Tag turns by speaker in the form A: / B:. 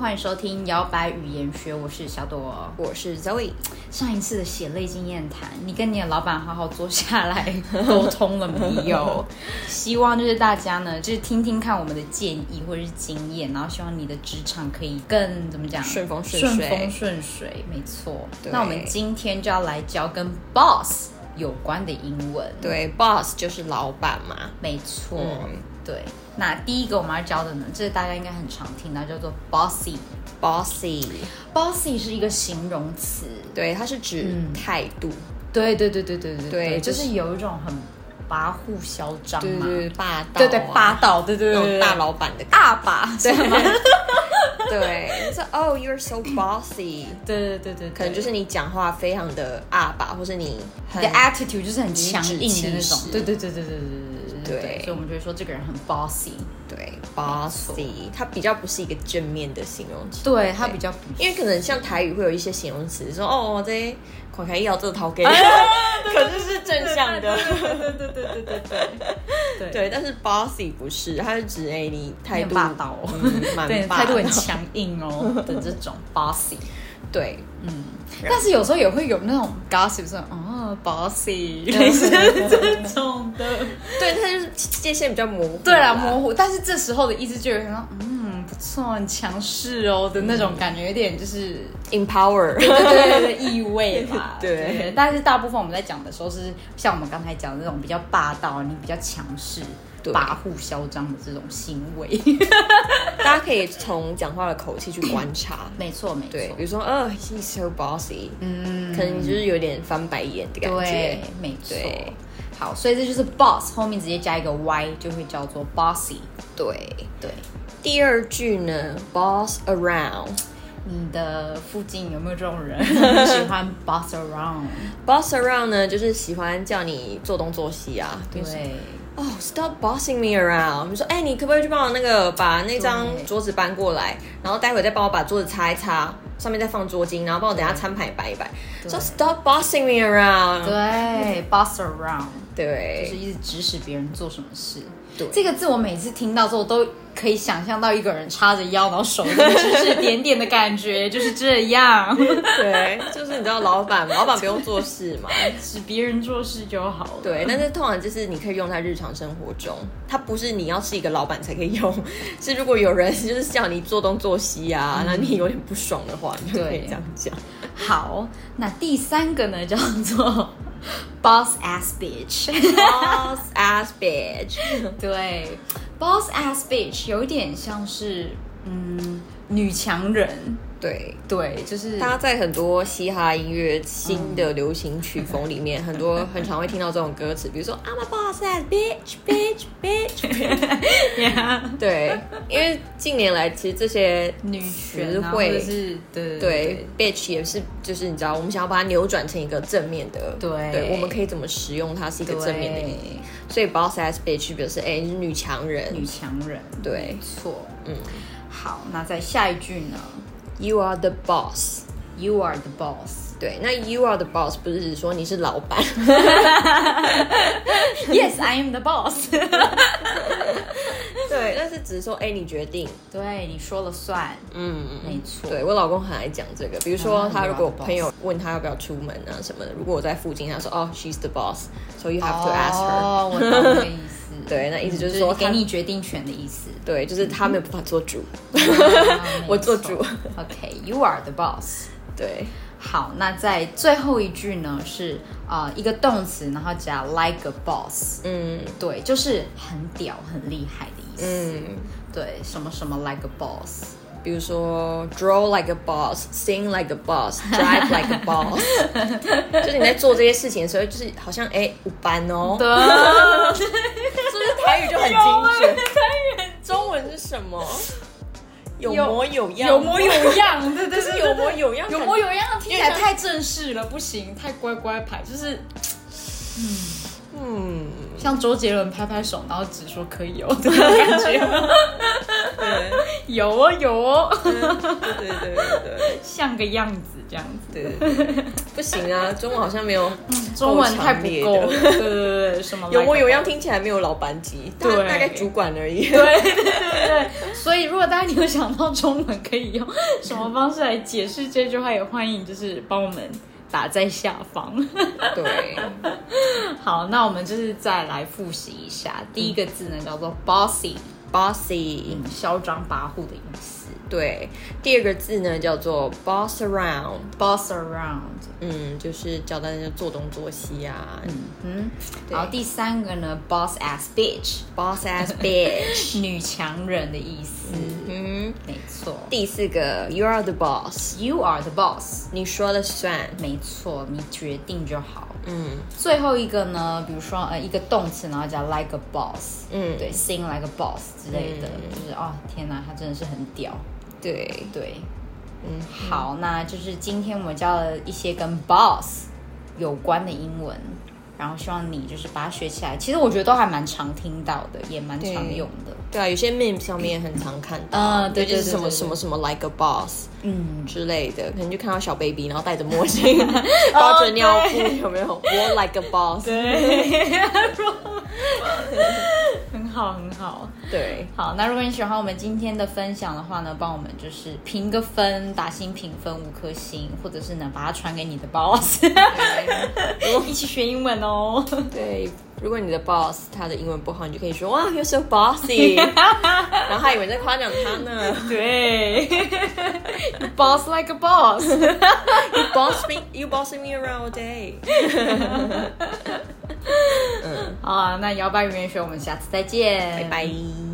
A: 欢迎收听摇摆语言学，我是小朵。
B: 我是 Zoe，
A: 上一次的血泪经验谈，你跟你的老板好好坐下来沟通了没 有？希望就是大家呢，就是听听看我们的建议或者是经验，然后希望你的职场可以更怎么讲
B: 顺风顺
A: 顺
B: 水
A: 风顺水，没错。
B: 对
A: 那我们今天就要来教跟 boss 有关的英文，，
B: 对，boss 就是老板嘛，
A: 没错，
B: 嗯
A: 对。那第一个我们要教的呢，这大家应该很常听到，叫做 bossy。
B: ，bossy，
A: bossy 是一个形容词，
B: 对，它是指
A: 嗯
B: 态度，
A: 对对对对对对
B: 对
A: 就
B: 就是
A: 是有一种很跋扈嚣张
B: 对
A: 嘛，
B: 对对，霸道啊，
A: 对对霸道，对对对
B: 那种
A: 对，
B: 大老板的感
A: 大把，对吗？
B: 觉，对，就是 oh you're so bossy，
A: 对对对对，
B: 可能就是你讲话非常的啊吧，或是你
A: 你
B: 很
A: 的 attitude 就是很强
B: 颐
A: 硬
B: 指
A: 的那种
B: 气，使
A: 对对对对对对对对，
B: 对
A: 所以我们就会说这个人很 bossy，
B: 对 bossy，它比较不是一个正面的形容词，
A: 对他比较不
B: 因为可能像台语会有一些形容词说哦这款开要这掏给，可是是正向的。
A: 对对对对对对对对
B: 对，但是 bossy 不是，它是指哎、你态度
A: 很霸道哦
B: 嗯蛮、
A: 对，
B: 霸
A: 态度很
B: 道
A: 强硬哦的这种 bossy。
B: 对，
A: 但是有时候也会有那种 gossip 说，哦，bossy，类 似这种的。
B: 对，它就是界限比较模糊。
A: 对啊啦，模糊。但是这时候的意思就有点说，嗯，不错，很强势哦的那种感觉，有点就是。
B: empower。
A: 对对对对，意味 啦。
B: 对
A: 但是大部分我们在讲的时候是像我们刚才讲的那种比较霸道，你比较强势、
B: 对
A: 跋扈、嚣张的这种行为。
B: 大家可以从讲话的口气去观察。
A: 没错，没错。
B: 对，比如说，呃、h e s so bossy，、
A: 嗯
B: 可能你就是有点翻白眼的感
A: 对
B: 觉。，
A: 没错
B: 对。
A: 好，所以这就是 boss 后面直接加一个 y 就会叫做 bossy。
B: 对，
A: 对，
B: 第二句呢，boss around，boss
A: 你的附近有没有这 种人喜欢 boss around？
B: around 呢，就是喜欢叫你做东做西啊，
A: 对，
B: 哦、s t o p bossing me around！你说，哎、你可不可以去帮我那个把那张
A: 对
B: 桌子搬过来，然后待会再帮我把桌子擦一擦，上面再放桌巾，然后帮我等下餐盘也摆一摆。说 Stop bossing me around！
A: 对，boss around 就是
B: 嗯对
A: 一直指使别人做什么事。
B: 对
A: 这个字我每次听到之后都可以想象到一个人叉着腰，然后手指指点点的感觉，就是这样，
B: 对，就是你知道老板嘛，老板不用做事嘛。
A: 指别人做事就好了。
B: 对，但是通常就是你可以用在日常生活中，它不是你要是一个老板才可以用，是如果有人就是叫你做东做西啊，那、你有点不爽的话，你就可以
A: 对
B: 这样 讲。
A: 好，那第三个呢叫做 boss ass bitch。
B: Boss ass bitch！
A: 对，boss ass bitch 有点像是嗯女强人，
B: 对。
A: 对，就是
B: 大家在很多嘻哈音乐新的流行曲风里面，很多很常会听到这种歌词，比如说 I'm a boss ass bitch bitch bitch。
A: 呀
B: 对，因为近年来其实这些
A: 女
B: 词
A: 权啊，或
B: 汇
A: 者，是对
B: 对 bitch 也是就是你知道，我们想要把它扭转成一个正面的，
A: 对
B: 对，我们可以怎么使用它是一个
A: 对
B: 正面的意义。所以 boss ass bitch 表示哎、你是女强人
A: 女强人，
B: 对
A: 没错，
B: 嗯，
A: 好，那在下一句呢
B: ，You are the boss。
A: ？You are the boss.
B: 对，那 you are the boss 不是指说你是老 板，
A: Yes, I am the boss.
B: 对，那是只是说哎、你决定，
A: 对，你说了算，
B: 嗯。
A: 没错。
B: 对我老公很爱讲这个，比如说
A: 啊
B: 他如
A: you
B: 果
A: are the boss
B: 朋友问他要不要出门啊什么的，如果我在附近，他说哦、s h e s the boss，so you have to ask her、
A: 哦，我懂那个意思。 嗯
B: 对，那意思
A: 就
B: 就是是说
A: 给
B: 他
A: 你决定权的意思。
B: 对，就是他没有办法做主，
A: 啊
B: 我做。
A: 没
B: 主
A: 错 OK，you are the boss.
B: 对
A: 好，那在最后一句呢是呃一个动词，然后加 like a boss，
B: 嗯
A: 对，就是很屌、很厉害的意思。
B: 嗯，
A: 对，什么什么 like a boss，
B: 比如说 draw like a boss，sing like a boss，drive like a boss，就是你在做这些事情的时候，就是好像哎五班哦，
A: 对，
B: 是不是台语就很精准？ 中文是什么？有
A: 有
B: 模有 样，
A: 有模有样，对对
B: 就是
A: 对，
B: 有模有样，
A: 有模有样，听起来太正式了，不行，太乖乖牌，就是
B: 嗯。
A: 像周杰伦拍拍手，然后只说可以哦的那种感觉，
B: 对
A: 有哦有哦，
B: 对对对对
A: 像个样子这样子。
B: 对对对，不行啊，中文好像没有
A: 中文太不够
B: 够强
A: 了，
B: 烈的
A: 对对对，什么
B: 有模有
A: like
B: 样，听起来没有老班级，大
A: 对
B: 大概主管而已。
A: 对对对对，所以如果大家你有想到中文可以用什么方式来解释这句话，也欢迎就是帮我们打在下方。
B: 对，
A: 好，那我们就是再来复习一下，第一个字呢叫做 bossy，
B: bossy，
A: 嗯嚣张跋扈的意思
B: 对，第二个字呢叫做 boss around，
A: ，boss around，
B: 嗯，就是教大家做东做西啊、
A: 嗯，
B: 对
A: 然后第三个呢，boss ass bitch，
B: b o s s ass bitch，
A: 女强人的意思，
B: 嗯，
A: 没错
B: 第四个 you are the boss，
A: ，you are the boss，
B: 你说了算，
A: 没错，你决定就好。
B: 嗯
A: 最后一个呢，比如说呃一个动词，然后加 like a boss，
B: 嗯，
A: 对，sing like a boss 之类的，
B: 嗯
A: 就是哦天哪，他真的是很屌。
B: 对，
A: 对，
B: 嗯，
A: 好，那就是今天我们教了一些跟 boss 有关的英文，然后希望你就是把它学起来。其实我觉得都还蛮常听到的，也蛮常
B: 对
A: 用的。
B: 对啊，有些 meme 上面很常看到，
A: 嗯对对
B: 就是
A: 对
B: 什么
A: 对对
B: 什么什么 like a boss
A: 嗯，
B: 之类的，可能就看到小 baby，然后戴着墨镜， 包着尿布，有没有？我 like a boss，
A: 对，很好很好。
B: 对
A: 好，那如果你喜欢我们今天的分享的话呢，帮我们就是评个分，打星评分五颗星，或者是呢把它传给你的 boss，一 起学英文哦。
B: 对，如果你的 boss 他的英文不好，你就可以说哇，you're so bossy，然后他以为在夸奖他呢
A: 对，boss like a boss。
B: ，you boss me，you boss me around all day。
A: 好啊，那摇摆语言学，我们下次再见，
B: 拜拜。